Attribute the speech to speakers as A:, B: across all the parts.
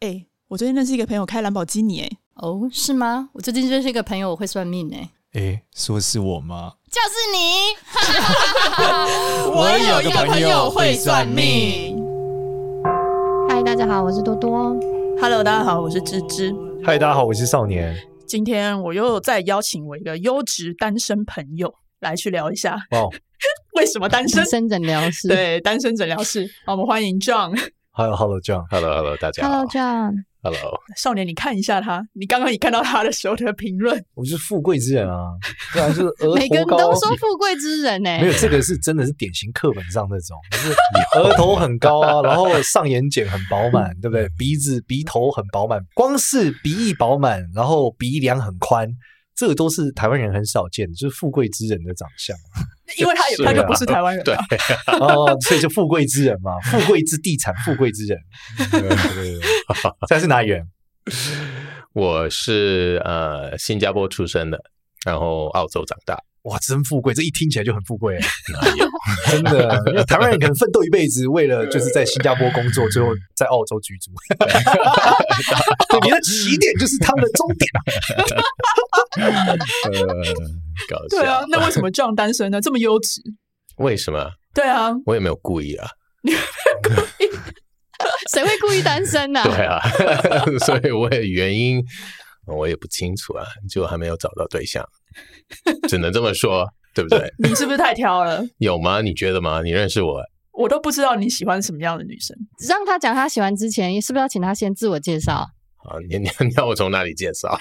A: 哎、我最近认识一个朋友开兰博基尼、哎，
B: 哦，是吗？我最近认识一个朋友，我会算命哎、
C: 诶，说是我吗？
B: 就是你。
C: 我有一个朋友会算命。
D: 嗨，大家好，我是多多。
E: Hello，大家好，我是芝芝。
F: 嗨，大家好，我是少 年。
E: 今天我又再邀请我一个优质单身朋友来去聊一下
F: 哦，
E: 为什么单身
D: 单。身诊疗室。
E: 对，单身诊疗室，好，我们欢迎 John
F: Hello，Hello John。
G: Hello，Hello，大家好
D: Hello John，
G: Hello，
E: 少年，你看一下他，你刚刚一看到他的时候的评 论，
F: 我就是富贵之人啊，对啊，就是额
D: 每个人
F: 头高。
D: 都说哎富贵之人呢、
F: 没有这个是真的是典型课本上那种， 就是额头很高啊，然后上眼睑很饱满，对不对？鼻子鼻头很饱满，光是鼻翼饱满，然后鼻梁很宽，这个都是台湾人很少见的，就是富贵之人的长 相
E: 因为他也、
G: 是
E: 他就
G: 啊
E: 不是台湾人、
G: 对
E: 啊，
F: 哦，所以就富贵之人嘛，富贵之地产，富贵之人。对对对对，啊 他是哪里人？
G: 我是呃新加坡出生的，然后澳洲长大。
F: 哇，真富贵！这一听起来就很富贵、 欸， 真的。啊因为台湾人可能奋斗一辈子，为了就是在新加坡工作，最后在澳洲居 住。对，你的起点就是他们的终点 啊！
G: 呃，搞笑。
E: 对啊，那为什么 John 单身呢？这么优质？
G: 为什么？
E: 对啊，
G: 我也没有故意啊。
D: 谁会故意单身 呢、
G: 对啊， 所以我也原因我也不清楚啊，就还没有找到对象，只能这么说，对不对？
E: 你是不是太挑了？
G: 有吗？你觉得吗？你认识我？
E: 我都不知道你喜欢什么样的女生。
D: 让他讲他喜欢之前，是不是要请他先自我介绍？
G: 啊，你你你要我从哪里介绍？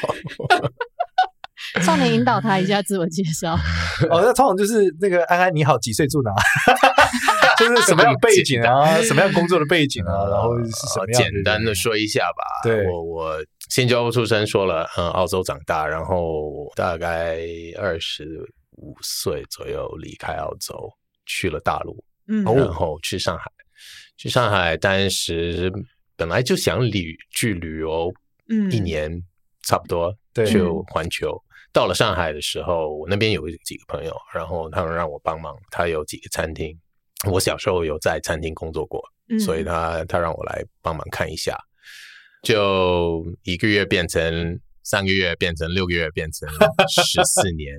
D: 少年引导他一下自我介绍。
F: 哦，那通常就是那个安安你好，几岁住哪？ 就是什么样的背景啊，什么样工作的背景 啊，然后是什
G: 啊
F: 么样
G: 简单的说一下吧。
F: 对
G: 我我新加坡出生，说了，嗯，澳洲长大，然后大概二十五岁左右离开澳洲，去了大陆，
E: 嗯，
C: 哦
G: 然后去上海，去上海，当时本来就想旅去旅游，
E: 嗯
G: 一年差不多
F: 对
G: 就环球。到了上海的时候，我那边有几个朋友，然后他们让我帮忙，他有几个餐厅。我小时候有在餐厅工作过，
E: 嗯
G: 所以他他让我来帮忙看一下，就一个月变成三个月，变成六个月，变成十四年，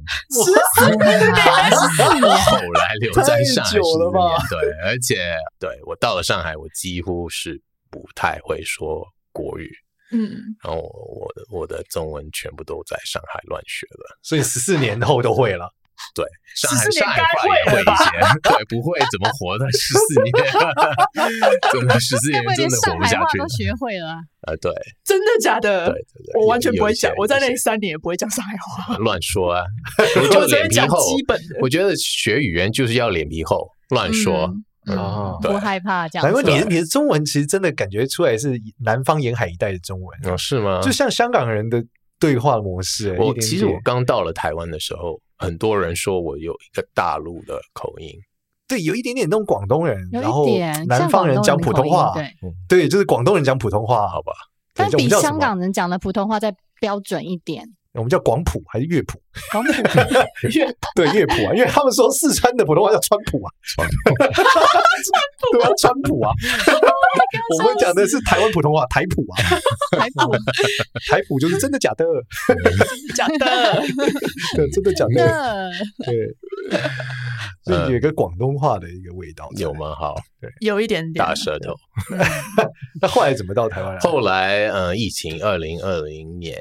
G: 后来留在上海
F: 太久了吧
G: 14年对，而且对我到了上海，我几乎是不太会说国语，
E: 嗯，
G: 然后我我的我的中文全部都在上海乱学的。
F: 所以十四年后都会了。
G: 对，上海
E: 14年
G: 上海话也会一些，对，不会怎么活到十四年， 真的十四
D: 该
G: 年
D: 不会
G: 真
D: 连
G: 的
D: 上
G: 活不
D: 海
G: 下
D: 话
G: 去
D: 都学会了啊、
G: 啊！对
E: 真的假的？
G: 对对对，
E: 我完全不会
G: 讲
E: 讲，，我在那三年也不会讲上海话，
G: 那乱 说啊，我就
E: 我只
G: 脸
E: 会
G: 皮
E: 讲
G: 厚。
E: 基本的。
G: 我觉得学语言就是要脸皮厚，乱说。
E: 嗯
F: 哦
G: 对
D: 不害怕这样
F: 难怪
D: 子。
F: 你的你的中文其实真的感觉出来是南方沿海一带的中文，
G: 哦，是吗？
F: 就像香港人的对话模式、欸。一
G: 我
F: 点
G: 其实
F: 点
G: 我刚到了台湾的时候，很多人说我有一个大陆的口音，
F: 对，有一点点那种广东人，
D: 有
F: 然后
D: 一点
F: 南
D: 像
F: 方
D: 广
F: 人
D: 东
F: 讲
D: 的
F: 普
D: 口
F: 通
D: 音
F: 话，
D: 对，
F: 对就是广东人讲普通话，
G: 好吧？
F: 对
D: 但
F: 我
D: 比
F: 们叫什
D: 香
F: 么
D: 港人讲的普通话再标准一点。
F: 我们叫广普还是粤普？
D: 广普
F: 对，粤普啊，因为他们说四川的普通话叫川普啊，对啊，川普啊，
D: 哦
F: 我们讲的是台湾普通话，台普啊，
D: 台普
F: 台普就是真 的假的，
E: 假 的，
F: 对，真的假 的，
D: 的，
F: 对，所以有一个广东话的一个味道，
G: 呃有？吗？好，
E: 有一点点
G: 大舌 头。
F: 那后来怎么到台湾啊来？
G: 后来，呃，疫情二零二零年，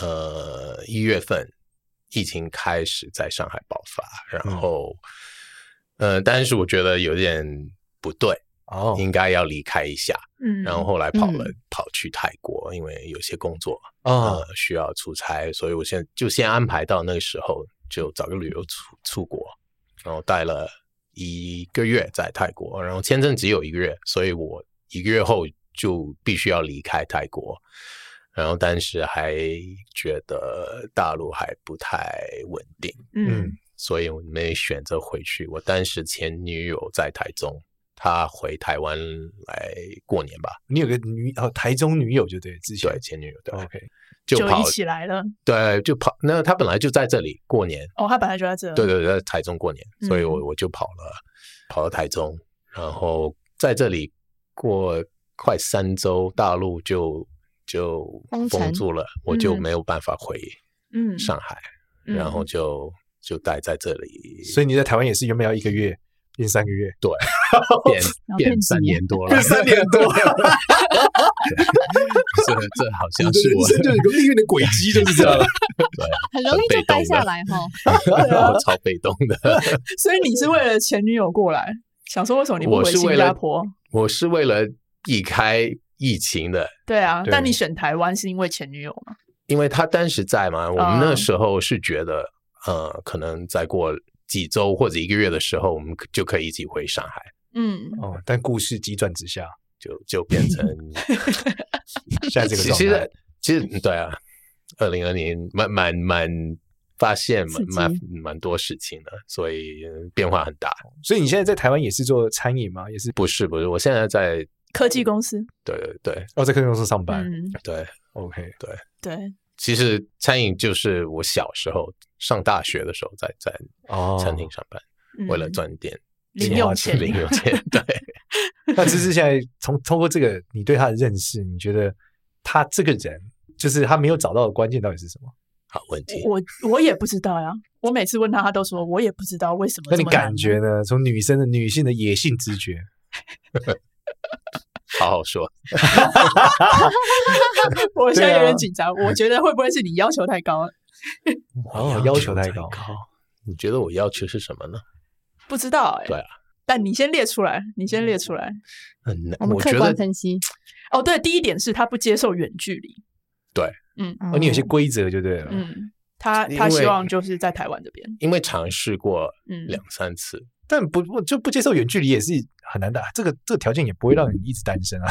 G: 呃，一月份，疫情开始在上海爆发，
F: 嗯
G: 然后，呃，但是我觉得有点不对，
F: 哦，
G: 应该要离开一下。
E: 嗯，哦
G: 然后后来跑了、跑去泰国，因为有些工作
F: 啊
G: 呃，需要出差，所以我现在就先安排到那个时候，就找个旅游出出国，然后待了一个月在泰国，然后签证只有一个月，所以我一个月后就必须要离开泰国。然后当时还觉得大陆还不太稳定，
E: 嗯
G: 所以我没选择回去。我当时前女友在台中，她回台湾来过年吧，
F: 你有个女哦，台中女友就对，之前
G: 对前女友对，
F: OK，
G: 就
E: 就
G: 跑
E: 一起来了。
G: 对就跑。那她本来就在这里过年，
E: 哦，他本来就在这。
G: 对对，对在台中过年，
E: 嗯
G: 所以我我就跑了，跑到台中，然后在这里过快三周，大陆就就
D: 封城
G: 封住了，我就没有办法回
E: 嗯
G: 上海，
E: 嗯
G: 然后就就待在这里，
F: 所以你在台湾也是原本要一个月变三个月，哦
G: 变
D: 然后
G: 变
D: 变
G: 三
D: 几
G: 年
D: 年
G: 多了，
F: 变三年 多，
G: 这这好像是我
F: 这就有个命运的轨迹就是这 样。
D: 很容易就待下来哈。
F: 啊
G: 我超被动的。
E: 啊所以你是为了前女友过来，想说为什么你不
G: 我
E: 回
G: 是
E: 新
G: 为
E: 加
G: 了
E: 坡？
G: 我是为了避开疫情的，
E: 对啊，
F: 对
E: 但你选台湾是因为前女友嘛？
G: 因为他当时在嘛，我们
F: 哦
G: 那时候是觉得，呃，可能再过几周或者一个月的时候，我们可就可以一起回上海，
E: 嗯，
F: 哦，但故事急转直下，
G: 就就变 成
F: 现在这个
G: 其
F: 状
G: 其
F: 态
G: 实，其实对啊，二零二零蛮蛮蛮发现
E: 刺激
G: 蛮蛮蛮多事情的，所以变化很大。
F: 所以你现在在台湾也是做餐饮吗？也是
G: 不是不是，我现在在
E: 科技公司，
G: 对对对
F: 哦，在科技公司上班。
E: 嗯，
G: 对，
F: OK，
E: 对，
G: 其实餐饮就是我小时候上大学的时候在在
F: 哦，
G: 餐厅上班，
E: 嗯
G: 为了赚点
E: 零
G: 钱
E: 用钱
G: 零用钱，对。
F: 那芝芝现在从通过这个你对他的认识，你觉得他这个人，就是他没有找到的关键到底是什么？
G: 好问题。
E: 我我也不知道呀。我每次问他，他都说我也不知道为什么
F: 那
E: 这
F: 你
E: 么难
F: 感觉呢？从女生的女性的野性直觉，
G: 好好说，
E: 我现
F: 对
E: 在
F: 啊
E: 有点紧张，我觉得会不会是你要求太高了？
F: 哦，要求太高。
G: 你觉得我要求是什么呢？
E: 不知道哎、
G: 对啊。嗯
E: 但你先列出来，你先列出来。
G: 很难，
D: 我们
G: 觉
D: 客观
G: 得
D: 分析，
E: 哦，对，第一点是他不接受远距离。
G: 对，
E: 嗯
F: 哦，你有些规则就对了。
E: 嗯，他
G: 因
E: 他希
G: 为
E: 望就是在台湾这边。
G: 因为尝试过
E: 嗯
G: 两三次，
F: 但不不就不接受远距离也是很难的啊，这个这个条件也不会
G: 嗯
F: 让你一直单身啊。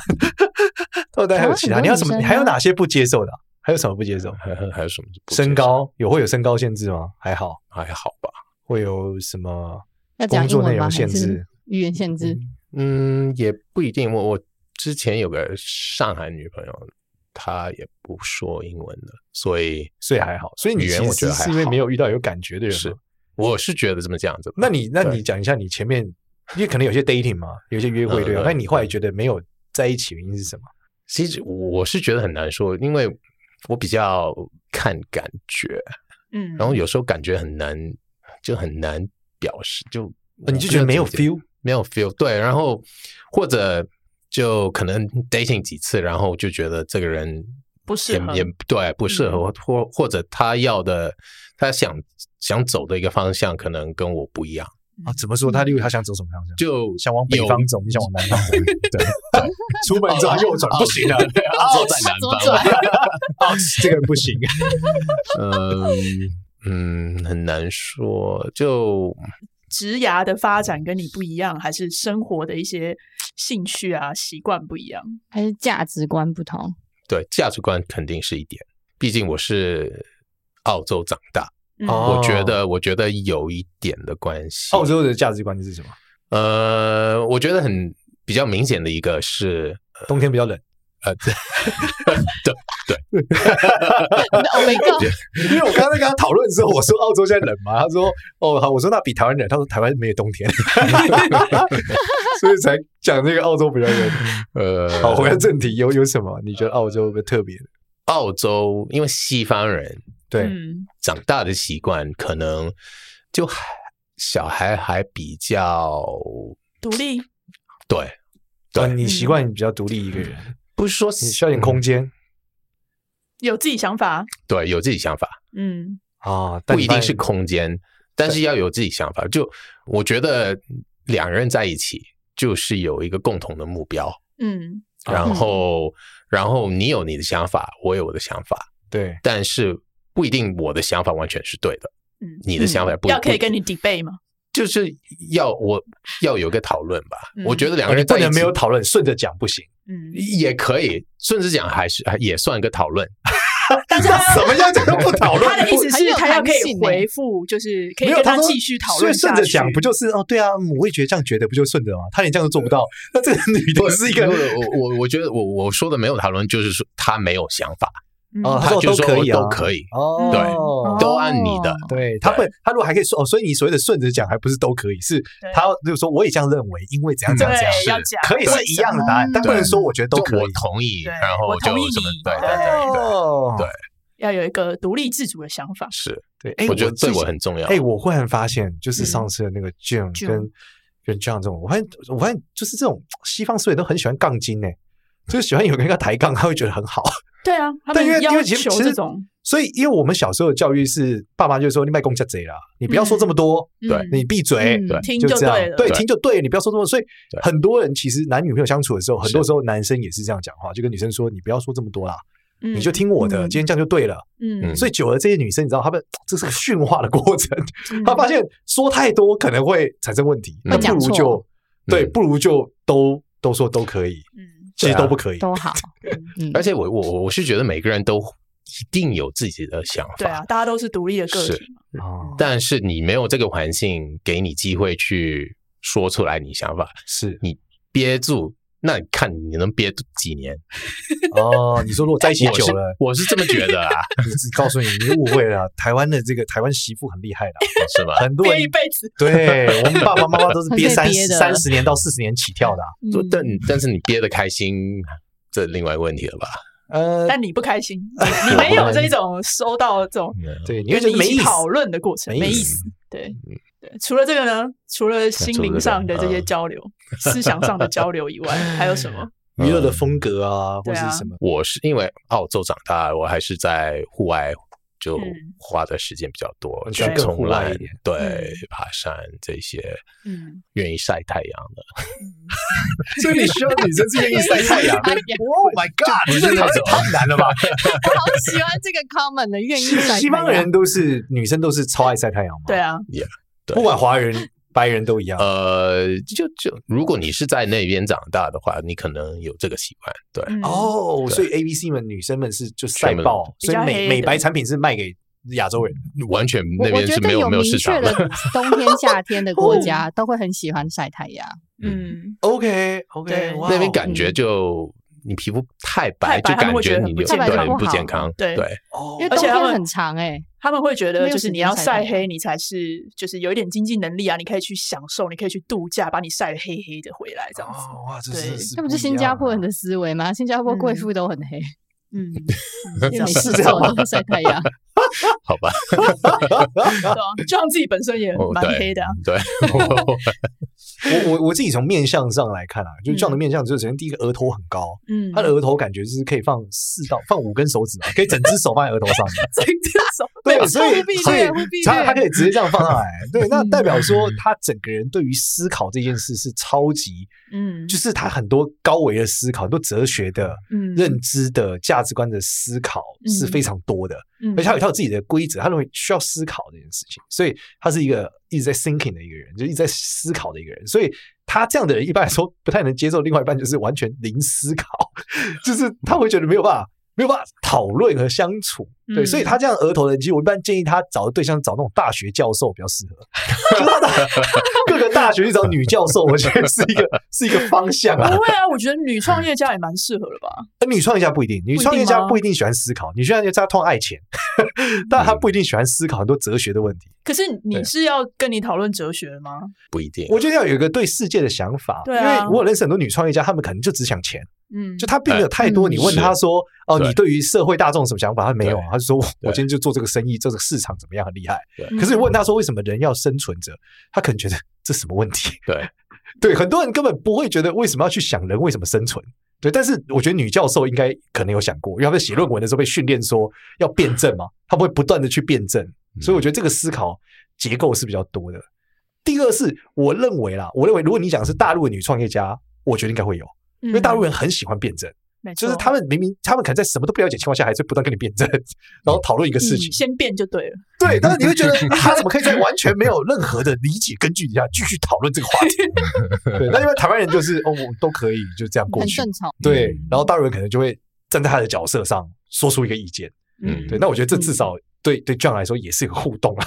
F: 到底还有其
D: 台湾很多
F: 他？你要什么？
D: 女生啊
F: 你还有哪些不接受的啊？还有什么不接受？
G: 还还还有什么不接受
F: 身高有会有身高限制吗？还好，
G: 还好吧？
F: 会有什么
D: 要
F: 工
D: 讲英
F: 作内
D: 文吗？还
F: 容限
D: 是
F: 制？
D: 语言限制？
G: 嗯，也不一定。我我之前有个上海女朋友，她也不说英文的，所以
F: 所以还好。所以你
G: 语言
F: 其
G: 我觉
F: 实
G: 得还
F: 是因为
G: 好
F: 没有遇到有感觉的人吗。
G: 是我是觉得这么这样子吧。
F: 那你那
G: 对
F: 你讲一下你前面，因为可能有些 dating 嘛，有些约会
G: 嗯
F: 对吧？
G: 嗯
F: 那你后来觉得没有在一起原因是什么？
G: 其实我是觉得很难说，因为我比较看感觉，
E: 嗯，
G: 然后有时候感觉很难，就很难表示，就
F: 哦你就觉得没有 feel
G: 没有 feel，对，然后或者就可能 dating 几次，然后就觉得这个人
E: 不适合
G: 也也对不适合，或、或者他要的他想想走的一个方向，可能跟我不一样，
F: 啊？怎么说？他例如他想走什么方向？
G: 就
F: 想往北
G: 有
F: 方走，你想往南 方走？对，出门走右转不 行哦啊，
G: 坐在南方，
F: 啊这个不 行。
G: 嗯嗯，很难说，就
E: 职涯的发展跟你不一样，还是生活的一些兴趣啊、习惯不一样？
D: 还是价值观不同？
G: 对价值观肯定是一点，毕竟我是澳洲长大，
E: 嗯
F: 哦
G: 我觉得我觉得有一点的关系。
F: 澳洲的价值观是什么？
G: 呃，我觉得很比较明显的一个是，
F: 冬天比较冷，
G: 呃，对对对，
D: Oh my god！
F: 因为我刚刚在跟他讨论的时候，我说澳洲现在冷吗？他说哦好，我说那比台湾冷，他说台湾没有冬天，所以才讲这个澳洲比较 冷。
G: 呃，
F: 好，回到正题，有有什么你觉得澳洲特别的？
G: 澳洲，因为西方人
F: 对，
E: 嗯
G: 长大的习惯，可能就还小孩还比较
E: 独立，
G: 对，
F: 对哦嗯你习惯比较独立一个人，
G: 不是说
F: 你需要点空间
E: 有自己想法，
G: 对，有自己想法，
E: 嗯
F: 啊，但
G: 不一定是
F: 你发
G: 空间，但是要有自己想法。就我觉得两人在一起，就是有一个共同的目标，
E: 嗯
F: 啊
G: 然
F: 嗯
G: 后，然后你有你的想法，我有我的想法，
F: 对
G: 但是不一定我的想法完全是对的，
E: 嗯，
G: 你的想法也不、
E: 要可以
G: 不
E: 跟你 debate 嘛？
G: 就是要我要有个讨论吧。
E: 嗯
G: 我觉得两
F: 哦
G: 个
F: 你
G: 人
F: 不
G: 在一
F: 能
G: 起
F: 没有讨论，顺着讲不行。
E: 嗯，
G: 也可以，甚至讲还是还也算个讨论。
E: 但是他
F: 什么叫这个不讨论
E: 他？的意思
D: 很
E: 是，
D: 有
E: 他要可
D: 弹
E: 以
D: 性欸
E: 回复，就是可以
F: 没有
E: 跟他
F: 说
E: 继续讨
F: 所以
E: 论
F: 顺
E: 下
F: 着
E: 去。
F: 讲不就是哦？对啊，我也觉得这样觉得不就顺着吗？他连这样都做不到，那这个女的是一个
G: 我我我觉得我我说的没有讨论，就是说他没有想法，
E: 嗯
F: 哦，
G: 他
F: 说都
G: 就
F: 可以啊，
G: 都可以，
F: 哦，
G: 对
F: 对
G: 都按你的。
F: 对他会，他如果还可以说哦，所以你所谓的顺着讲，还不是都可以，是
E: 对
F: 他就是说我也这样认为，因为怎样怎样怎样，
E: 对
G: 是
E: 要讲嗯
F: 可以是一样的答案，但不能说我觉得都
G: 就
F: 可
G: 我
F: 以。
G: 同意，
E: 对
G: 然后
E: 我
G: 就
E: 同意
G: 什么
E: 你哎
G: 对对对对，
F: 哦
G: 对
E: 要有一个独立自主的想法。
G: 是，
F: 对，哎，
G: 我觉得对
F: 最
G: 我
F: 近
G: 很重要。
F: 哎，我忽然发现，就是
E: 嗯
F: 上次的那个 Jim
E: Jim
F: 跟跟 John 这种，我发现我发现就是这种西方思维都很喜欢杠精哎，就是喜欢有人跟他抬杠，他会觉得很好。
E: 对啊，他
F: 对，
E: 们
F: 因为因
E: 要
F: 为其实
E: 求
F: 其
E: 这
F: 实
E: 种，
F: 所以因为我们小时候的教育是爸妈就说你卖公家贼啦，你不要说这么多，
E: 嗯
G: 对
F: 你闭嘴，
D: 嗯
G: 对
E: 听
F: 就
E: 就
F: 这样
E: 对了。
F: 对，
G: 对
F: 听就对，你不要说这么多。所以
G: 对
F: 很多人其实男女朋友相处的时候，很多
G: 是
F: 时候男生也是这样讲话，就跟女生说你不要说这么多啦，
E: 嗯
F: 你就听我的，
E: 嗯
F: 今天这样就对了。
E: 嗯
G: 嗯
F: 所以久了，这些女生你知道，她们这是个驯化的过程，
E: 嗯
F: 她发现说太多可能会产生问题，
G: 会
F: 那不
D: 讲
F: 如
D: 错
F: 就对，
G: 嗯
F: 不如就都都说都可以，
E: 嗯
F: 其实
G: 对啊
F: 都不可以。
D: 都 好，嗯
F: 哎
G: 而且我我我我是觉得每个人都一定有自己的想
E: 对啊
G: 法，，
E: 大家都是独立的个
G: 是
E: 体嘛。
F: 哦
G: 但是你没有这个环境给你机会去说出来你想法，
F: 是
G: 你憋住，那你看你能憋几年？
F: 哦，你说如果在一起
G: 我
F: 久
G: 是
F: 了，
G: 我是这么觉得 啊，
F: 你只告诉你，你误会了，啊台湾的这个台湾媳妇很厉害的，啊
G: 是吧？
F: 很多
E: 憋
F: 人
E: 一辈子，
F: 对我们爸爸妈妈都是憋
D: 很
F: 三
D: 被憋
F: 十
D: 的
F: 三十年到四十年起跳的啊、
G: 就
D: 嗯
G: 但但是你憋得开心，这另外一个问题了吧？
F: 呃，
E: 但你不开 心，你没有这种收到这种
F: 对，你会
E: 跟
F: 觉
E: 你
F: 得
E: 一
F: 没
E: 起
F: 意思。
E: 讨论的过程，
F: 没
E: 没
F: 意
E: 意
F: 思嗯
E: 思。对对，除了这个呢，除了心灵上的这些交流、思想上的交流以外，还有什 么？
F: 娱乐的风格啊，或
E: 对
F: 是
E: 啊
F: 什么，
G: 我是因为澳洲长大，我还是在户外就
E: 嗯
G: 花的时间比较多，
F: 我
G: 去
F: 觉哦得更户
G: 冲
F: 外
G: 浪
F: 一点、
G: 对、
E: 嗯
G: 爬山这些，
E: 嗯，
G: 愿意晒太阳 的。
F: 所以你需要女生是愿意晒太阳。Oh
E: 哎
F: my god！
G: 不
F: 你
G: 是
F: 这
G: 那
F: 太
G: 种
F: 太难 了吧？
D: 我好喜欢这个 common 的，愿意晒
F: 西方
D: 太阳
F: 人都是女生都是超爱晒太阳嘛，
E: 对，啊，
G: 对
F: 不管华人白人都一样。
G: 呃，就就如果你是在那边长大的话，你可能有这个习惯。对，
E: 嗯，
F: 哦，
G: 对
F: 所以 A B C 们女生们是就晒
G: 全部
F: 爆，
E: 比
F: 所
E: 较
F: 以美
E: 黑的
F: 美白产品是卖给亚洲人的。
E: 嗯
G: 完全
D: 我
G: 那
D: 我
G: 边
D: 觉
G: 是没
D: 得
G: 有没有
D: 明
G: 市
D: 确
G: 场
D: 的
G: 的。
D: 冬天、夏天的
F: 哦
D: 国家都会很喜欢晒太阳。
E: 嗯，
F: OK OK，
E: 对
G: 那边感觉就你皮肤太白，
E: 太白
G: 就感
E: 他们会觉
G: 觉
E: 得很
G: 你
E: 不
G: 有
E: 健
G: 对
D: 康
G: 不健康。
E: 对
G: 对，
F: 哦
D: 因为
E: 而
D: 冬
E: 且
D: 天
E: 他们
D: 很长哎、
E: 他们会觉
D: 没
E: 得
D: 有
E: 就
D: 时
E: 是
D: 间
E: 你要
D: 晒
E: 晒
D: 太
E: 黑，你才是就是有一点经济能力啊，你可以去享受，你可以去度假，把你晒得黑黑的回来这样子。
F: 哦哇，这
E: 对
F: 真的是
D: 那不
F: 一
D: 是新加
F: 样
D: 坡
F: 啊
D: 人的思维吗？新加坡贵妇都很 黑，
E: 嗯，
D: 因为没事
F: 是这样
D: 做
F: 吗
D: 都会晒太阳。
G: 好 吧，
E: 对啊，就像自己本身也
G: 哦
E: 蛮
G: 对
E: 黑的啊。
G: 对，
F: 我我我自己从面相上来看啊，就是这样的
E: 嗯
F: 面相，就是首先第一个额头很高，
E: 嗯，
F: 他的 额头感觉就是可以放四到放五根手指嘛，可以整只手放在额头上面。
E: 这种
F: 对，所以
D: 忽必
F: 所以
E: 啊
D: 烈忽 必
F: 他
D: 烈
F: 他可以直接这样放上来。 对，那
D: 嗯
F: 代表说他整个人对于思考这件事是超级，
E: 嗯
F: 就是他很多高维的思考，很多哲学的。
E: 嗯
F: 认知的价值观的思考是非常多的，
E: 嗯
F: 而且他有一套自己的规则，他认为需要思考这件事情，所以他是一个一直在 thinking 的一个人，就一直在思考的一个人，所以他这样的人一般来说不太能接受，另外一半就是完全零思考， 就是他会觉得没有办法。没有办法讨论和相处，对，
E: 嗯
F: 所以他这样额头的人，其实我一般建议他找的对象找那种大学教授比较适合， 就是他的各个大学去找女教授，我觉得是一个是一个方向
E: 不
F: 啊。
E: 会啊，我觉得女创业家也蛮适合的吧。
F: 呃女创业家不一定，女
E: 不一
F: 创业
E: 定
F: 家
E: 吗
F: 不一定喜欢思考，女创业家通常爱钱， 但她不一定喜欢思考很多哲学的问题。
E: 可是
G: 对
E: 你是要跟你讨论哲学的吗？
G: 不一定。
F: 我觉得要有一个对世界的想法，
E: 对啊
F: 因为我有认识很多女创业家，她们可能就只想钱，
E: 嗯，哎
F: 就她并没有太多。
D: 嗯
F: 你问她说：“哦，
G: 对
F: 你对于社会大众有什么想法？”她没有啊，她就说：“我
G: 对
F: 我今天就做这个生意，这个市场怎么样很厉害。”
E: 嗯
F: 可是你问她说：“为什么人要生存着？”她可能觉得这什么问题？
G: 对
F: 对，很多人根本不会觉得为什么要去想人为什么生存。对，但是我觉得女教授应该可能有想过，因为她们写论文的时候被训练说要辩证嘛，她们会不断的去辩证，所以我觉得这个思考结构是比较多的。第二是我认为啦，我认为如果你讲是大陆的女创业家，我觉得应该会有，因
E: 因
F: 为大陆人很喜欢辩证，
E: 嗯没
F: 就
E: 错
F: 是他们明明他们可能在什么都不了解的情况下，还是不断跟你辩证，然后讨论一个事情
E: 嗯。先变就对了。
F: 对，但是你会觉得他怎么可以在完全没有任何的理解根据底下继续讨论这个话题？对，那因为台湾人就是哦，我都可以就这样过
D: 很
F: 去。
D: 顺从。
F: 对，然后大陆人可能就会站在他的角色上说出一个意见。
G: 嗯
F: 对，那我觉得这至少对对 John 来说也是一个互动啊，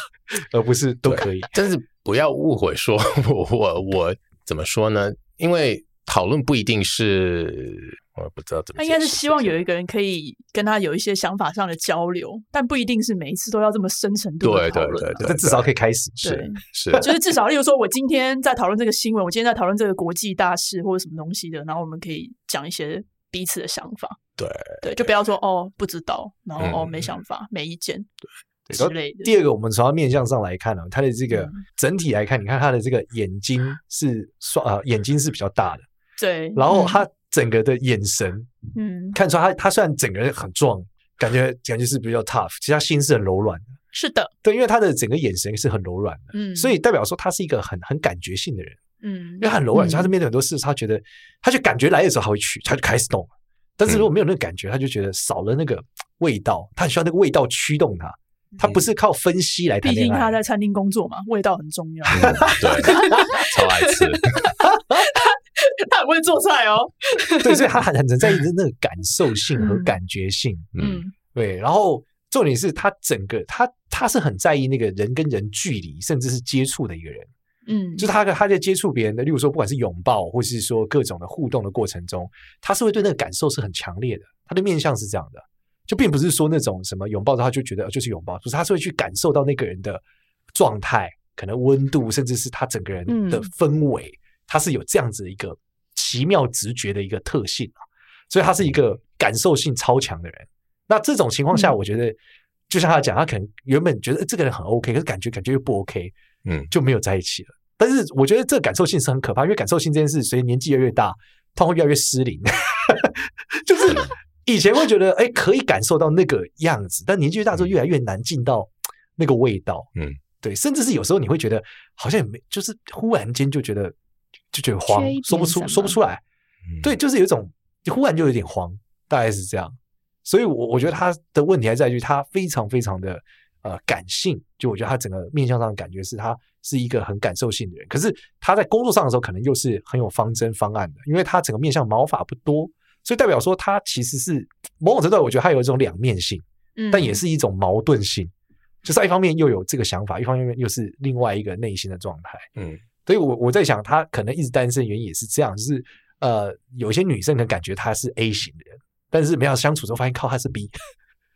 F: 而不是都可以。
G: 但是不要误会说，我我我怎么说呢？因为讨论不一定是，我也不知道怎么
E: 他
G: 解释。
E: 应该是希望有一个人可以跟他有一些想法上的交流，但不一定是每一次都要这么深程度
G: 对
E: 的
G: 对
E: 讨论啊。
G: 对对，
F: 但至少可以开始。
E: 对
G: 是是，
E: 就是至少，例如说，我今天在讨论这个新闻，我今天在讨论这个国际大事或者什么东西的，然后我们可以讲一些彼此的想法。
G: 对
E: 对，就不要说哦不知道，然后、哦
G: 嗯
E: 没想法、没意见
F: 对
E: 之类的。
F: 第二个，我们从它面相上来看呢、它的这个
E: 嗯
F: 整体来看，你看它的这个眼睛是双呃眼睛是比较大的，
E: 对，
F: 然后它整个的眼神
E: 嗯，
F: 看出来它它虽然整个人很壮，感觉感觉是比较 tough，其实它心是很柔软的。
E: 是的，
F: 对，因为他的整个眼神是很柔软的，
E: 嗯，
F: 所以代表说他是一个很很感觉性的人，
E: 嗯
F: 因为，他很柔软，所以他是面对很多事，他觉得他就感觉来的时候他会去，他就开始动。但是如
E: 嗯
F: 果没有那个感觉，他就觉得少了那个味道，他很需要那个味道驱动他，他不是靠分析来谈
E: 嗯毕
F: 恋
E: 竟
F: 爱。
E: 他在餐厅工作嘛，味道很重要。
G: 嗯对，超爱吃，
E: 他很会做菜哦，
F: 对，所以他很很在意那个感受性和
E: 嗯
F: 感觉性。
G: 嗯，
F: 对，然后重点是他整个他他是很在意那个人跟人距离，甚至是接触的一个人。
E: 嗯
F: 就是他他在接触别人的，例如说不管是拥抱或是说各种的互动的过程中，他是会对那个感受是很强烈的，他的面向是这样的，就并不是说那种什么拥抱之后他就觉得呃就是拥抱，不是，他是会去感受到那个人的状态、可能温度，甚至是他整个人的氛围，他是有这样子一个奇妙直觉的一个特性啊，所以他是一个感受性超强的人。那这种情况
E: 嗯
F: 下，我觉得。就像他讲，他可能原本觉得呃这个人很 OK，可是感觉感觉又不 OK，
G: 嗯
F: 就没有在一起了。但是我觉得这个感受性是很可怕，因为感受性这件事，随着年纪越来越大，它会越来越失灵。 就是以前会觉得，哎，可以感受到那个样子，但年纪越大之后，越来越难进到那个味道。
G: 嗯，
F: 对，甚至是有时候你会觉得，好像也没，就是忽然间就觉得，就觉得慌
D: 缺一，点
F: 说不
D: 什
F: 出，
D: 么
F: 说不出来。
G: 嗯
F: 对，，就是有一种忽然就有点慌，大概是这样。所以我，我觉得他的问题还在于他非常非常的呃感性，就我觉得他整个面向上的感觉是他是一个很感受性的人，可是他在工作上的时候可能又是很有方针方案的，因为他整个面向毛发不多，所以代表说他其实是某种程度上，我觉得他有一种两面性，
E: 嗯
F: 但也是一种矛盾性，就是他一方面又有这个想法，一方面又是另外一个内心的状态。
G: 嗯
F: 所以我我在想，他可能一直单身的原因也是这样，就是呃，有些女生可能感觉他是 A 型的人，但是没有相处之后发现靠他是 B，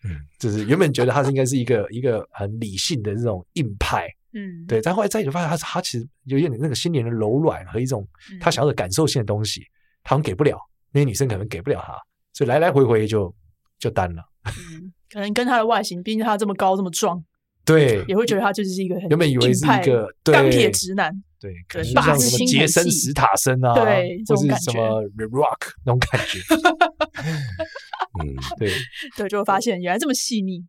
G: 嗯，
F: 就是原本觉得他是应该是一个一个很理性的这种硬派，
E: 嗯，
F: 对，但后来在一起发现他他其实有一点那个心灵的柔软和一种
E: 嗯
F: 他想要的感受性的东西，他好像给不了那些女生，可能给不了他，所以来来回回就就单了。
E: 嗯可能跟他的外形，毕竟他这么高这么壮，
G: 啊
F: 对，
E: 也会觉得他就是一个很
F: 原本以为
E: 硬
F: 是
E: 派
F: 一个对
E: 钢铁直男。
F: 对，可
E: 对
F: 能就
E: 霸
F: 像
E: 气
F: 什么
D: 心
F: 杰
D: 很
F: 森·
D: 细
F: 史塔森啊，
E: 对这
F: 或
E: 种
F: 是
E: 感
F: 什
E: 觉
F: 么 Rock 那种感觉，
G: 嗯，
F: 对，
E: 对，就会发现原来这么细 腻。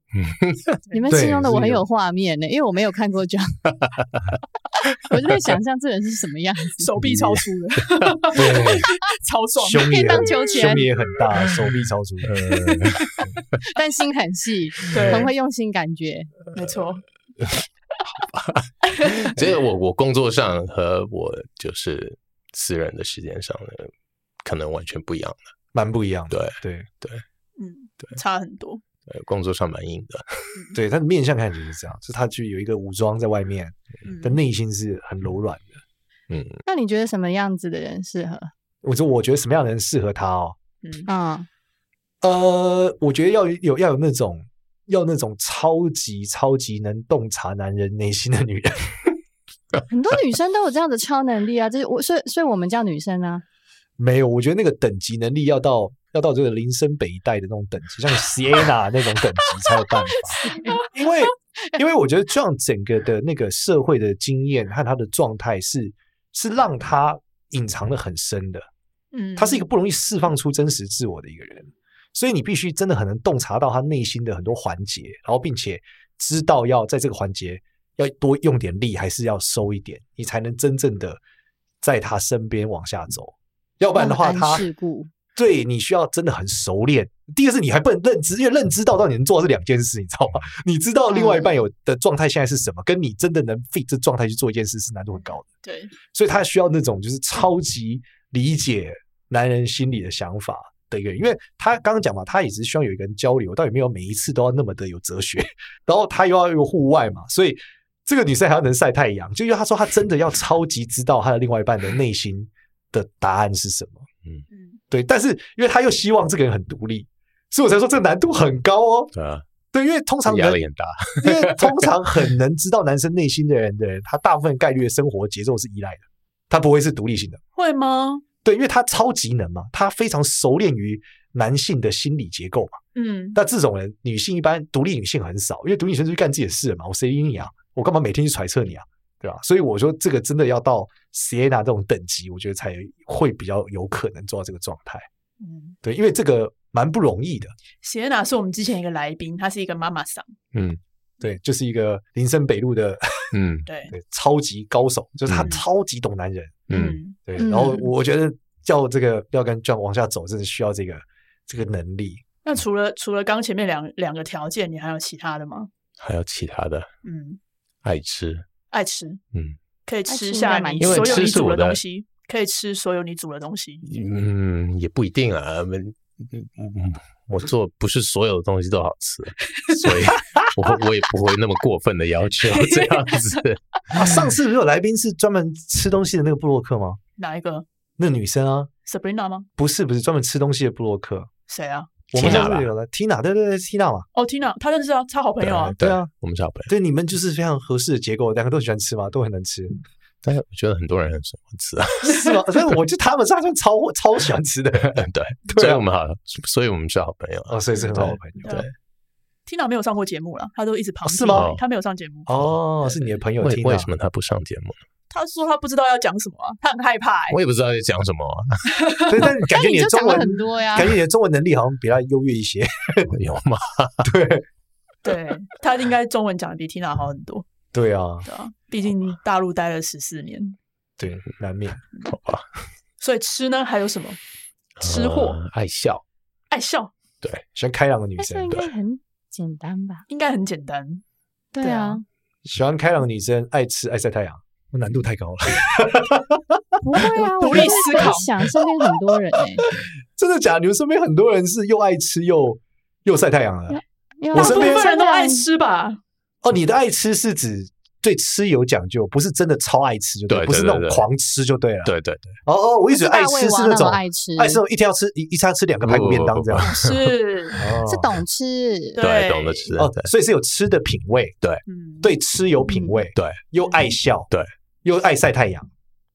D: 你们
F: 对
D: 形容的我
F: 是
D: 很
F: 有
D: 有画面呢、因为我没有看过这 样，我就在想象这人是什么样子。
E: 手臂超粗的，
F: 对，
E: 超壮。
F: 胸
D: 可以
F: 也
D: 当
F: 很
D: 球
F: 胸
D: 员
F: 也很大，手臂超粗。
D: 但心很 细，
E: 对
D: 很会用心感觉。
E: 没错，
G: 嗯所以我我工作上和我就是私人的时间上呢，可能完全不一样的。
F: 蛮不一样的。
G: 对
F: 对
E: 嗯，对，差很多。
G: 呃工作上蛮硬的，
F: 对，他的面相看起来就是这样，就是他就有一个武装在外面，
E: 嗯
F: 但内心是很柔软的。
G: 嗯，
D: 那你觉得什么样子的人适合？
F: 我说，我觉得什么样的人适合他哦？
D: 嗯，
F: 呃，我觉得要有要有那种要有那种超级超级能洞察男人内心的女人。
D: 很多女生都有这样的超能力啊，就是我，所以所以我们叫女生啊，
F: 没有，我觉得那个等级能力要到要到这个林森北一带的那种等级，像 Sienna 那种等级才有办法。因为因为我觉得这样整个的那个社会的经验和他的状态是是让他隐藏的很深的，
E: 嗯，
F: 他是一个不容易释放出真实自我的一个人，所以你必须真的很能洞察到他内心的很多环节，然后并且知道要在这个环节要多用点力，还是要收一点，你才能真正的在他身边往下走。要不然的话，
D: 那么
F: 他
D: 安世故
F: 对你需要真的很熟练。第一个是你还不能认知，因为认知到到底能做到是两件事，你知道吗？你知道另外一半有的状态现在是什么，跟你真的能 fit 这状态去做一件事是难度很高的。
E: 对，
F: 所以他需要那种就是超级理解男人心里的想法的一个人，因为他刚刚讲嘛，他也只是希望有一个人交流，但也没有每一次都要那么的有哲学，然后他又要有户外嘛，所以这个女生还要能晒太阳，就因为他说他真的要超级知道他的另外一半的内心的答案是什么。
E: 嗯，
F: 对，但是因为他又希望这个人很独立，所以我才说这个难度很高哦。
G: 对啊，
F: 对，因为通常
G: 压
F: 人，
G: 力很大，
F: 因为通常很能知道男生内心的人的人，他大部分概率的生活节奏是依赖的，他不会是独立性的。
E: 会吗？
F: 对，因为他超级能嘛，他非常熟练于男性的心理结构嘛。
E: 嗯，
F: 那这种人，女性一般独立女性很少，因为独立女性就去干自己的事了嘛，我谁理你啊？我干嘛每天去揣测你啊？对吧？所以我说这个真的要到 Sienna 这种等级，我觉得才会比较有可能做到这个状态。
E: 嗯，
F: 对，因为这个蛮不容易的。
E: 谢娜是我们之前一个来宾，她是一个妈妈桑，
G: 嗯
F: 对，就是一个林森北路的
G: 嗯
E: 对，
F: 对 超级高手，就是他
G: 嗯
F: 超级懂男人。
G: 嗯，
E: 嗯，
F: 对，
B: 嗯
F: 然后我觉得要这个要跟 John 往下走，真的需要这个这个能力。
E: 那除了除了刚前面两两个条件，你还有其他的吗？
G: 还有其他的
E: 嗯，
G: 爱吃，
E: 爱吃，
G: 嗯，
E: 可以
D: 吃
E: 吃
D: 应
E: 下
D: 该蛮
E: 你
G: 因为
E: 所有
G: 吃
E: 你
G: 是
E: 煮
G: 我
E: 的
G: 的
E: 东西，可以吃所有你煮的东西。
G: 嗯，也不一定啊，嗯嗯嗯，我做不是所有的东西都好吃，所以我我也不会那么过分的要 求这样子。
F: 啊，上次不是有来宾是专门吃东西的那个布洛克吗？
E: 哪一个
F: 那女生啊，
E: ？Sabrina 吗？
F: 不是不是专门吃东西的布洛克，
E: 谁啊？
F: 我们
G: Tina
F: 上
G: 吧
F: 次有了 Tina，对对对，Tina 嘛，
E: 哦，Tina，她认识啊，她好朋友啊。
F: 对啊，
G: 我们小朋友，
F: 对，你们就是非常合适的结构，两个都很喜欢吃嘛，都很能吃，
G: 但是我觉得很多人很喜欢吃啊，
F: 是吗？所以我觉得他们是好像超超喜欢吃的，
G: 对，
F: 对
G: 所以
F: 啊
G: 我们好，所以我们是好朋友啊
F: 哦，所以是很好的朋友。
E: 对 Tina 没有上过节目了，她都一直旁听
F: 哦是吗
E: 她没有上节目。
F: 哦，是你的朋友
G: 为
F: Tina，
G: 为什么他不上节目呢？
E: 她说她不知道要讲什么啊，她很害怕 哎。
G: 我也不知道在讲什么啊，
F: 对，但感觉
D: 那你
F: 你的
D: 就
F: 中
D: 讲了
F: 文
D: 很多 呀
F: 感觉你的中文能力好像比他优越一些。
G: 有吗？
E: 对，她应该中文讲的比 Tina 好很多，
F: 对啊，
E: 对啊，毕竟大陆待了十四年，
F: 对，难免。
E: 所以吃呢还有什么？吃货
F: 嗯
G: 呃爱笑，
E: 爱笑
F: 喜欢开朗的女
D: 但是
F: 生
D: 应，该很简单吧？
E: 应该很简单，
D: 对
E: 对
D: 啊
E: 啊，
F: 喜欢开朗的女生，爱吃，爱晒太阳，难度太高了。
D: 不会啊，
E: 独
D: 我
E: 立
D: 就是
E: 思
D: 在
E: 考
D: 想身边很多人哎、
F: 真的假的？你们身边很多人是又爱吃又又晒太阳的。
D: 因为
F: 我
E: 大
F: 身
E: 部
F: 边
E: 分人都爱，吃吧？
F: 哦，你的爱吃是指对吃有讲究，不是真的超爱吃就
G: 对
F: 不是
G: 对
F: 那
G: 对
F: 种
G: 对
F: 狂吃就对了。
G: 对对对，
F: 哦哦，我一直
D: 是大
F: 爱
D: 胃
F: 吃是
D: 王
F: 那
D: 那
F: 种
D: 种爱吃
F: 爱吃那种一天要吃一一餐吃两个排骨便当这样。
E: 是，
F: 哦
D: 是懂吃，
E: 对
G: 对，懂得吃，
F: 哦
G: 对，
F: 所以是有吃的品味，
E: 嗯，
F: 对嗯吃有品味，
G: 对，
F: 又爱笑，
G: 对，
F: 又爱晒太阳，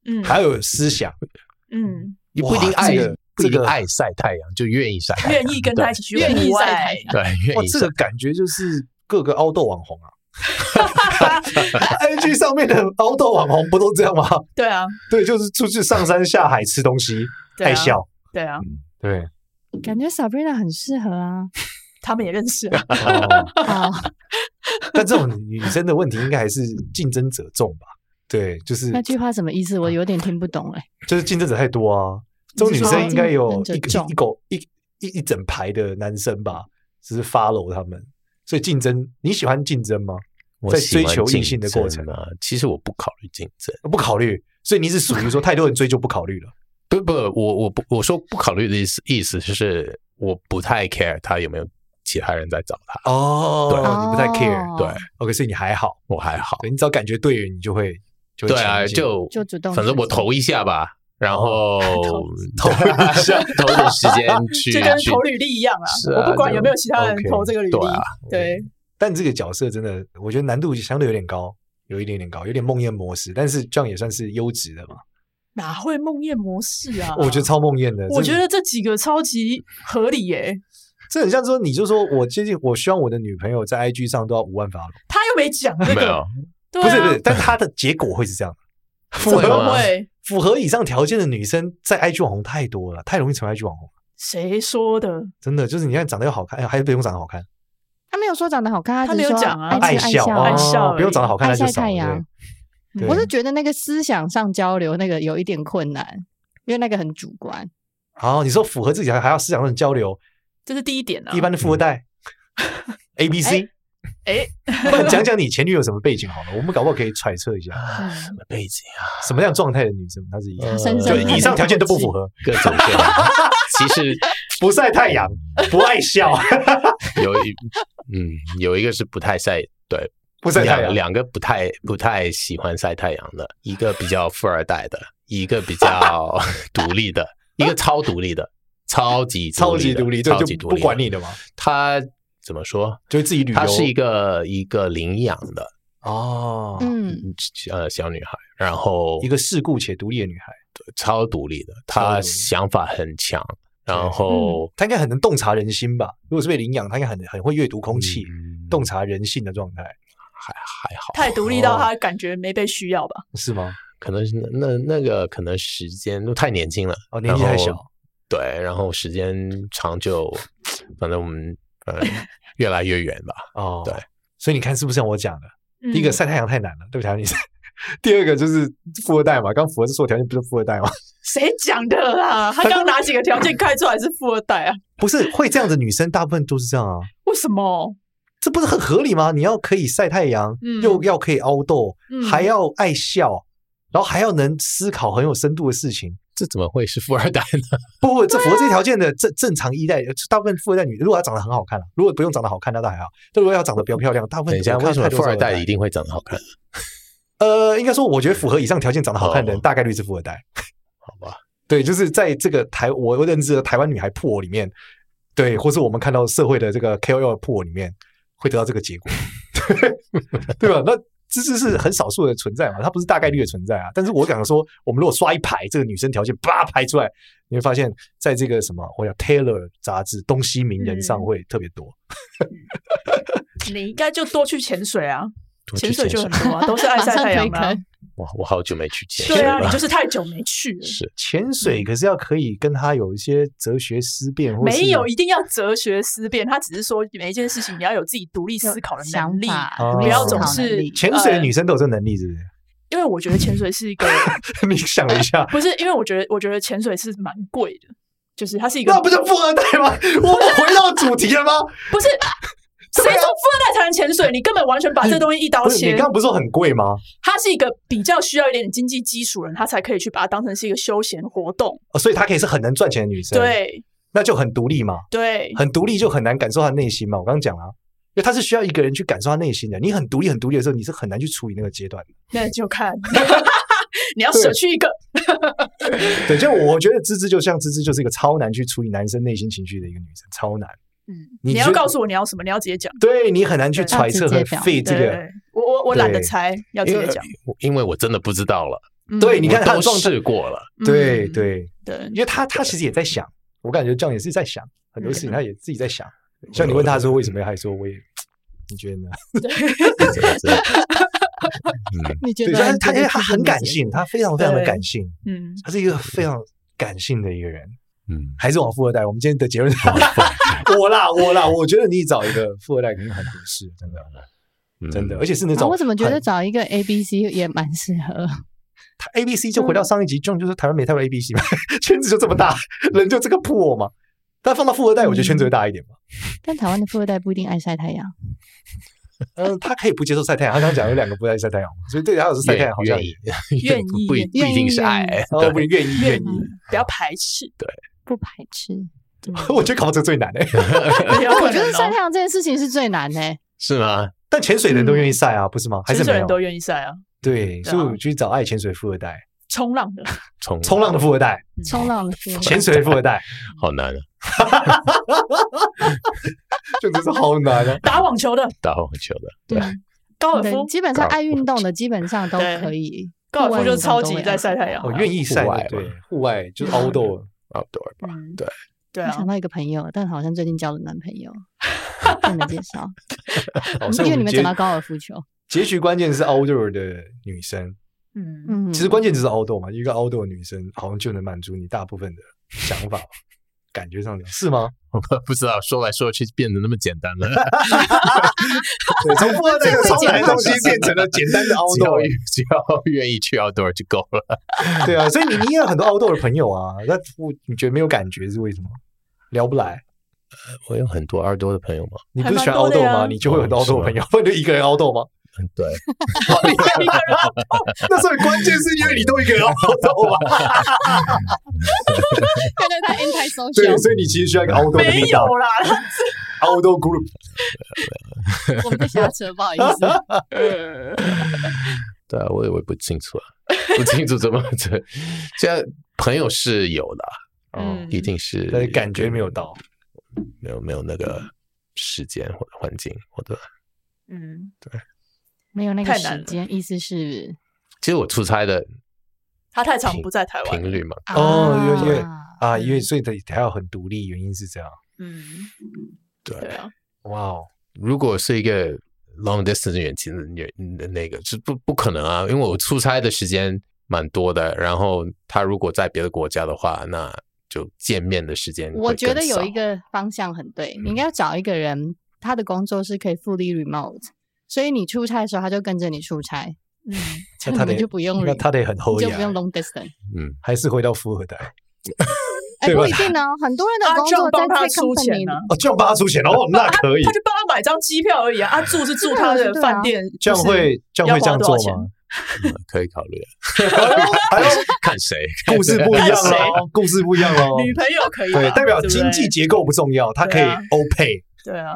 E: 嗯
F: 还有思想，
E: 嗯，
G: 你不一定
F: 哇
G: 爱
F: 这个，
G: 不一
F: 这
G: 定
F: 个
G: 爱晒太阳，就愿意晒太阳，
E: 愿意跟他一起去
D: 愿意
E: 户外
D: 晒太阳
G: 对，
F: 哇
G: 愿，意
F: 这
G: 晒
F: 个。感觉就是各个凹豆网红啊 ，IG 上面的凹豆网红不都这样吗？
E: 对啊，
F: 对，就是出去上山下海吃东西，
E: 对啊
F: 爱笑，
E: 对啊，
F: 对，
D: 感觉 Sabrina 很适合啊。
E: 他们也认识啊，
F: 哦
D: 哦，
F: 但这种女生的问题应该还是竞争者重吧？对，就是
D: 那句话什么意思？
F: 啊
D: 我有点听不懂哎、
F: 就是竞争者太多啊，这种
D: 你
F: 女
D: 是
F: 生
D: 说
F: 应该有
D: 竞
F: 一
D: 争者重
F: 个一狗一一一整排的男生吧，只是 follow 他们，所以竞争你喜欢竞争吗？
G: 我
F: 在
G: 喜
F: 追
G: 欢
F: 求异
G: 竞
F: 性的过
G: 争
F: 程
G: 啊，其实我不考虑竞争，
F: 不考虑，所以你是属于说太多人追就不考虑了。
G: 不不，我我不我说不考虑的意思意思就是我不太 care 他有没有其他人在找他，
F: 哦
G: 对
F: 你不太
D: 哦
F: care，
G: 对
F: OK，所以你还好，
G: 我还好
F: 对。你只要感觉对了，你就会就会
G: 对啊，
F: 前进
G: 就
D: 就主动
G: 反正我
D: 出击
G: 投一下吧，然后
F: 投一下
G: 投点时 间
F: 啊
G: 去
E: 就跟
G: 去
E: 投履历一样啊
G: 是，啊
E: 我不管有没有其他人
F: 就
E: 投这个履历
G: OK，对啊，
E: 对，
F: 但这个角色真的，我觉得难度相对有点高，有一点点高，有点梦魇模式，但是这样也算是优质的嘛。哦
E: 哪会梦魇模式啊？
F: 我觉得。超梦魇的，
E: 我觉
F: 这
E: 得这几个超级合理耶、
F: 这很像说，你就说我接近，我希望我的女朋友在 IG 上都要五万发了，
E: 他又没讲这
G: 没
E: 个
G: 有，
E: 对
F: 不是
E: 啊
F: 不是，但她的结果会是这样。符
E: 怎么
F: 合
E: 会？
F: 符合以上条件的女生在 IG 网红太多了，太容易成为 IG 网红了，
E: 谁说的？
F: 真的就是你看长得又好看，哎还是不用长得好看，
D: 他没有说长得好看，
E: 他
D: 只是
E: 没有
D: 说
E: 讲啊
D: 爱吃
F: 笑
D: 爱
E: 爱笑
F: 哦
E: 而已
F: 不用长得好看那
D: 爱
F: 就
D: 晒
F: 少了
D: 太阳。
E: 嗯
F: 对
D: 我是觉得那个思想上交流那个有一点困难，因为那个很主观。
F: 好，哦你说符合自己还还要思想上交流，
E: 这是第一点啊。
F: 一般的
G: 嗯
F: 富二代 A B C，
E: 哎，
F: 不然讲讲你前女友什么背景好了，我们搞不好可以揣测一下
D: 嗯
G: 什么背景啊，
F: 什么样状态的女生她是一个
G: 呃
D: 深
F: 就
D: 深
F: 以上条件都不符合，
G: 各种各样。 其实
F: 不晒太 阳，不爱笑，
G: 哎有一嗯有一个是不太晒，对，
F: 不晒太
G: 两
F: 阳，
G: 两个不太不太喜欢晒太阳的，一个比较富二代的，一个比 较独立的，一个超独立的，超级
F: 超级
G: 独
F: 独立，
G: 的
F: 对，
G: 超级
F: 就
G: 独
F: 不
G: 立，
F: 管你。的嘛，
G: 他怎么说？
F: 就自己旅游。
G: 她是一个一个领养的
F: 哦，
D: 嗯，
G: 呃小女孩，然后
F: 一个世故且独立的女孩，
G: 超独立的，
F: 超独
G: 她
F: 立嗯
G: 想法很强，然后嗯
F: 她应该很能洞察人心吧？如果是被领养，她应该很很会阅读空气，
G: 嗯
F: 洞察人性的状态，
G: 还还好，
E: 太独立
F: 哦
E: 到他感觉没被需要吧？
F: 是吗？
G: 可能是那那那个可能时间都太年轻了，
F: 哦年纪太
G: 然后
F: 小，
G: 对，然后时间长就，反正我们呃越来越远吧，
F: 哦，
G: 对，
F: 所以你看是不是像我讲的？第一个
E: 嗯
F: 晒太阳太难了，对不起啊，你。 第二个就是富二代嘛，刚符合所有条件不是富二代吗？
E: 谁讲的啦？他刚拿几个条件开出来是富二代啊？
F: 不是会这样的女生大部分都是这样啊，
E: 为什么？
F: 这不是很合理吗？你要可以晒太阳，
E: 嗯
F: 又要可以凹豆，
E: 嗯
F: 还要爱笑，然后还要能思考很有深度的事情。
G: 这怎么会是富二代呢？
F: 不不，这
E: 啊
F: 符合这条件的正正常一代，大部分富二代女，如果她长得很好看啊，如果不用长得好看那倒还好，但如果要长得比较漂亮，大部分
G: 等一下，
F: 我看
G: 为什么
F: 太多
G: 富二
F: 这种
G: 代一定会长得好看？
F: 呃，应该说，我觉得符合以上条件长得好看的人，
G: 哦
F: 大概率是富二代。
G: 好吧，
F: 对，就是在这个台我认知的台湾女孩破里面，对，或是我们看到社会的这个 KOL 破里面，会得到这个结果， 对吧？那这是是很少数的存在嘛，它不是大概率的存在啊。但是我想说，我们如果刷一排这个女生条件，叭排出来，你会发现在这个什么，我叫 Taylor 杂志东西名人
E: 嗯
F: 上会特别多。
E: 你应该就多去潜水啊，
G: 多去
E: 潜水就
G: 潜
E: 很多啊，都是爱晒太阳的
D: 马
E: 啊
D: 上推。
G: 哇，我好久没去潜水
E: 对啊，
G: 了
E: 你，就是太久没去了。
G: 是
E: 嗯
F: 潜水可是要可以跟他有一些哲学思辨，或是
E: 没有一定要哲学思辨，他只是说每一件事情你要有自己独立思考的
D: 想
E: 能力，
D: 法
F: 哦
E: 不
D: 没有
E: 要
D: 思
E: 总
D: 考能
E: 是
D: 力
F: 潜
E: 呃
F: 水的女生都有这能力，是不 是？
E: 因为我觉得潜水是一个
F: 你想了一下，
E: 不是，因为我觉得我觉得潜水是蛮贵的，就是它是一个
F: 那不是富二代吗？我们回到主题了吗？
E: 不是谁说富二代才能潜水？你根本完全把这东西一刀
F: 啊不是，你
E: 切
F: 刚。刚不是说很贵吗？
E: 它是一个比较需要一点经济基础的人，他才可以去把它当成是一个休闲活动。
F: 哦所以她可以是很能赚钱的女生，，
E: 对
F: 那就很独立嘛，
E: 对，
F: 很独立就很难感受她内心嘛。我刚刚讲了啊。因为她是需要一个人去感受她内心的，你很独立、很独立的时候，你是很难去处理那个阶段的。
E: 那就看你要舍去一个。
F: 对，就我觉得芝芝就像芝芝就是一个超难去处理男生内心情绪的一个女生，超难。
E: 嗯，
F: 你
E: 你要
F: 就
E: 告诉我你要什么，你要直接讲。
F: 对你很难去
E: 对
F: 揣测
D: 她直接
F: 和
D: 表
F: 费这
E: 对对
F: 个
E: 对，我我我懒得
F: 对
E: 猜，要直
G: 因
E: 接
G: 为
E: 讲。
G: 因为我真的不知道了，
E: 嗯
F: 对你看她的
G: 我都
F: 状态
G: 试过 了，
E: 嗯
F: 对对，
E: 对嗯
F: 因为他他其实也在想，我感觉这样也是在想很多事情，他也自己在想。像你问他说为什么，他也说我也，你觉得呢？
G: 是是是嗯，
D: 你觉
F: 对，
D: 得
F: 他哎
D: 你
F: 他
D: 觉得
F: 因为他
D: 自己
F: 很
D: 理
F: 感
D: 解
F: 性，他非常非常的
E: 对
F: 感性，
E: 嗯，
F: 他是一个非常感性的一个人。
G: 嗯，
F: 还是往富二代，我们今天的结论是 我啦我啦，我觉得你找一个富二代肯定很合适，真的
G: 嗯
F: 真的，而且是那
D: 啊
F: 种
D: 我怎么觉得
F: 很
D: 找一个 A B C 也蛮适合？
F: 他 A B C
D: 嗯
F: 就回到上一集，John 就是台湾没太多 A B C 嘛，圈子就这么大，人就这个破嘛。但放到富二代，我觉得圈
D: 嗯
F: 子会大一点嘛。
D: 但台湾的富二代不一定爱晒太阳，
F: 嗯，他可以不接受晒太阳，他刚刚讲有两个不爱晒太阳嘛，所以对他有时晒太阳好像
G: 愿
F: 也
G: 意，愿
E: 愿意
G: 不一不一定是爱，
F: 哦
G: 对
F: 不愿意愿
E: 愿
F: 意
E: 意。不要排斥。
D: 不排斥。
F: 我觉得考这个最难诶、
E: 我
D: 我觉得
E: 哦
D: 晒太阳这件事情是最难的、欸
G: 是吗？
F: 但潜水的人
D: 嗯
F: 都愿意晒啊，不是吗？还
E: 潜
F: 是
E: 水
F: 没
E: 人
F: 有？
E: 都愿意晒啊，
F: 对，
E: 对啊
F: 所以我去找爱潜水富二代、
E: 冲浪的。
G: 冲
F: 冲浪的富二 代、
E: 嗯
D: 冲浪的富二代
F: 潜水的富二 代，
G: 好难啊，
F: 这真是好难 啊！
E: 打网球的、
G: 打网球的，
D: 啊
E: 高尔
D: 对
E: 夫，
D: 基本上爱运动的基本上都
E: 对
D: 可以。
E: 高尔
D: 户
E: 夫
D: 外
E: 就
D: 运动
E: 超
D: 都
E: 级
D: 会
E: 在
D: 爱
E: 晒太阳啊。
F: 我哦愿意晒
G: 户外
F: 的
G: 嘛，
F: 对，户外 就是凹豆，
G: outdoor 吧，
E: 嗯
G: 对
E: 对
D: 我
E: 啊
D: 想，到一个朋友，但好像最近交了男朋 友，不能介 绍，
F: 哦所以
D: 因为
F: 我
D: 你们
F: 结
D: 讲到高尔夫 球，
F: 结局关键是 outdoor 的女生，
E: 嗯，
D: 嗯，
F: 其实 关键就是 outdoor 嘛，一个 outdoor 女生好像就能满足你大部分的想法吧， 感觉上讲是吗？
G: 我不知道说来说去变得那么简单了，
F: 对，从富二代的超难的东西变成了简单 的
G: 只要
F: outdoor，
G: 只 要愿意去 outdoor 就够了。
F: 对啊，所以你你也有很多 outdoor 的朋友啊，那我你觉得没有感觉是为什么？聊不来，
G: 我有很多 outdoor 的朋友嘛，
F: 你不是喜欢
E: 还蛮多的
F: outdoor
E: 呀
F: 吗？你就会有很多
G: 哦是
F: outdoor
G: 吗
F: 朋友，不然就一个人 outdoor 吗？
G: 嗯对，
F: 那所以关键是因为你都一个人啊 outdoor 嘛，
D: 看到他 anti
F: 对，
D: social，
F: 所以你其实需要一个 outdoor 的
E: 没
F: 领
E: 有
F: 导
E: 啦，
F: ，outdoor group。
D: 我们在瞎扯，不好意思。
G: 对啊，我也我也不清楚啊，不清楚怎么这这样朋友是有的啊，
E: 嗯
G: 一定是
F: 但是感觉没有到，
G: 没有没有那个时间或者环境或者。
E: 嗯，
D: 没有那个
E: 太难
D: 时
E: 了
D: 间，意思是
G: 其实我出差的
E: 他太常
G: 频
E: 不在台湾，
D: 嗯
G: 频率嘛，
F: 哦有有
D: 啊
F: 啊，因为所以你还要很独立，原因是这样。
E: 嗯，
G: 对
E: 对啊，
F: 哇哦，
G: 如果是一个 long distance 远亲的远的那个，是不不可能啊，因为我出差的时间蛮多的，然后他如果在别的国家的话，那就见面的时间
D: 我
G: 会
D: 觉得
G: 更
D: 有
G: 少
D: 一个方向很对，你应
F: 嗯
D: 该要找一个人，他的工作是可以 fully remote，所以你出差的时候他就跟着你出差，
E: 嗯，
D: 这
F: 那
D: 样
F: 他
D: 你
F: 得
D: 就不用
F: 那
D: re-
F: 他得很
D: 你
F: 厚
D: 就不用
F: 哦呀，
D: long distance。
G: 嗯，
F: 还是回到富二代
D: 哎，
F: 对吧
D: 不一定哦，很多人
E: 阿
D: 的工
E: 壮
D: 作在
E: 帮他
D: tech
E: 出钱呢
D: company，，
F: 哦，这样帮他出钱 哦，那可以
E: 他，就帮他买张机票而已啊，啊住是住他的饭店，
F: 这样会这样会这样做
E: 要花多少
F: 吗？
G: 嗯可以考虑啊，
E: 哎
F: 还有
G: 看谁
F: 故事不一样喽，故事不 一样喽。
E: 女朋友可以吧，
F: 哦对，代表
E: 不
F: 经济哦结构不重要，他可以
E: 对啊
F: o pay。
E: 对啊，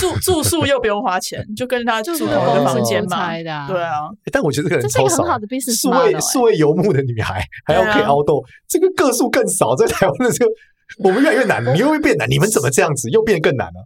E: 住住宿又不用花 钱，就跟他住
D: 就
E: 同
D: 是
E: 一
D: 跟
E: 个
D: 公
E: 房
D: 司
E: 间
D: 出
E: 嘛，
D: 差的啊，
E: 对啊，
F: 但我觉得这个
D: 这
F: 人
D: 是一
F: 超
D: 个
F: 少
D: 很好
F: 的。
D: 的 business
F: 素
D: model
F: 未
D: 哎。
F: 素未游牧的女孩，还要
E: 对啊
F: 可以凹豆，这个个数更少，在台湾的这个我们越来越难，你又会变难，你们怎么这样子又变得更难了？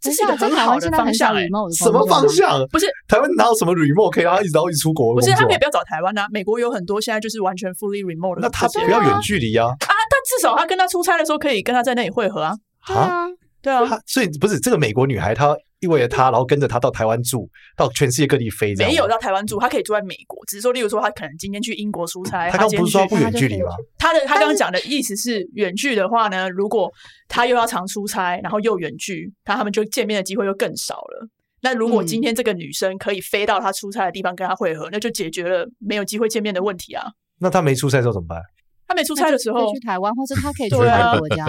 E: 这
D: 等一
E: 是一个
D: 下，在
E: 很
D: 啊台
E: 好
D: 湾
E: 的
D: 现在很
E: 方
D: 少
E: 向哎、
D: remote 的工
F: 什
D: 作啊
F: 么方
D: 吗？
F: 向？
E: 不是
F: 台湾哪有什么 remote 可以让他一直到一直出国
E: 不
F: 工
E: 是，
F: 作？
E: 他可以不要找台湾啊，美国有很多现在就是完全 fully remote 的
F: 那他
E: 这些
F: 不要远距离啊
E: 啊，但至少他跟他出差的时候可以跟他在那里汇合啊，
D: 对啊，
E: 对啊，
F: 他所以不是这个美国女孩，她因为了他，然后跟着他到台湾住，到全世界各地飞，这样
E: 没有
F: 吗。
E: 到台湾住，他可以住在美国，只是说，例如说他可能今天去英国出差，
F: 哦他刚
E: 今
F: 不
E: 天
F: 是说他
E: 去
F: 不远距离吗？
E: 他的他刚刚讲的意思是远距的话呢，如果他又要常出差，然后又远距，他他们就见面的机会就更少了。那如果今天这个女生可以飞到他出差的地方跟他会合，那就解决了没有机会见面的问题啊。
F: 那他没出差的时候怎么办？
E: 他没出差的时
D: 可以
E: 候
D: 去，台湾，或者他可以去
E: 对啊
D: 别的国家。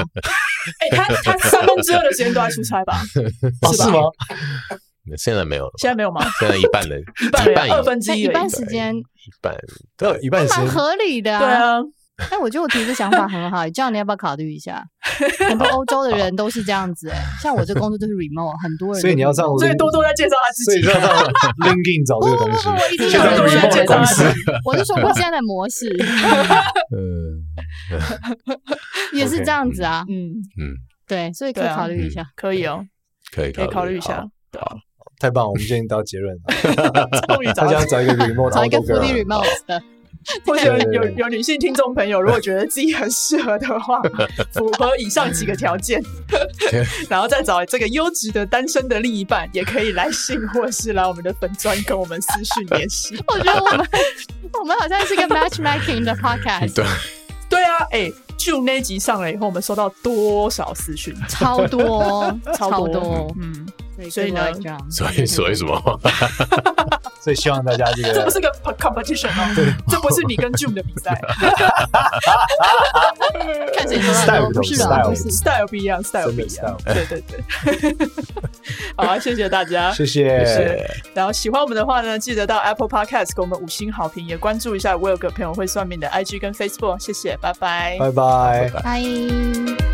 E: 哎、他他三分之二的时间都在出差吧？
F: 啊，
E: 是吧
F: 是吗？
G: 现在没有了吧，
E: 现在没有 吗？
G: 现在一半的
E: 一半而已
G: 一半以
E: 啊二分之
D: 那
E: 一
D: 一
E: 而已
D: 半
E: 对
D: 时间
G: 一半，
F: 对，一半时
D: 蛮
F: 间
D: 合理的
E: 对。啊，
D: 但我觉得我提这想法很好，这样你要不要考虑一下？很多欧洲的人都是这样子、哎，像我这工作就是 remote，很多人。
F: 所以你要上，
E: 所以多多在介绍他自
F: 所以
E: 己
F: 要。上 LinkedIn 找这个东 西。
D: 我已经
E: 现
D: 有
E: 在
D: 人
E: 都是
D: 在
E: 介绍
D: 公
E: 他
D: 司
E: 自，
D: 我就说我现在的模 式
G: 嗯
D: 也是
F: OK，
D: 这样子啊。
E: 嗯，
G: 嗯，
D: 对，所以可以
E: 对啊
D: 考虑一下。
E: 可以哦，
G: 可以
E: 可以考虑一
G: 好
E: 下。对啊，
F: 太棒了，我们今天到结论了。
E: 终于找
F: 大
E: 到
F: 家找一个
E: 嗯
F: remote，
D: 找一个
F: 然后
D: fully
F: 都
D: remote 的，
E: 或者
F: 对对
E: 有
F: 对
E: 有有女性听众朋友，如果觉得自己很适合的 话，符合以上几个条件， 然后再找这个优质的单身的另一半，也可以来信或是来我们的粉专跟我们私讯联系。
D: 我觉得我们 我们好像是一个 matchmaking 的 podcast，
G: 对，
E: 对啊，哎、就那集上了以后，我们收到多少私讯？
D: 超多
E: 超
D: 超
E: 多
D: 多，
E: 嗯，所
D: 所
E: 以
D: 以
E: 呢
D: 呢，这样
G: 所以所以什么？
F: 所以希望大家这
E: 这不
F: 个
E: 是个 competition 哦，这不是你跟 June 的比 赛
D: 看谁说
F: style
D: 的
F: 不
D: 不
F: 同
D: 是啊，
F: style
D: 不
F: 不同
D: 是。
E: ，style 不一样，style
F: 真
E: 不
F: 的
E: 一样
F: style，
E: 对对对。 好啊， 谢谢大家，
F: 谢谢。
E: 是，然后喜欢我们的话呢，记得到 Apple Podcast 给我们五星好评，也关注一下我有个朋友会算命的 IG 跟 Facebook，谢谢，拜拜
F: 拜拜。
D: 拜。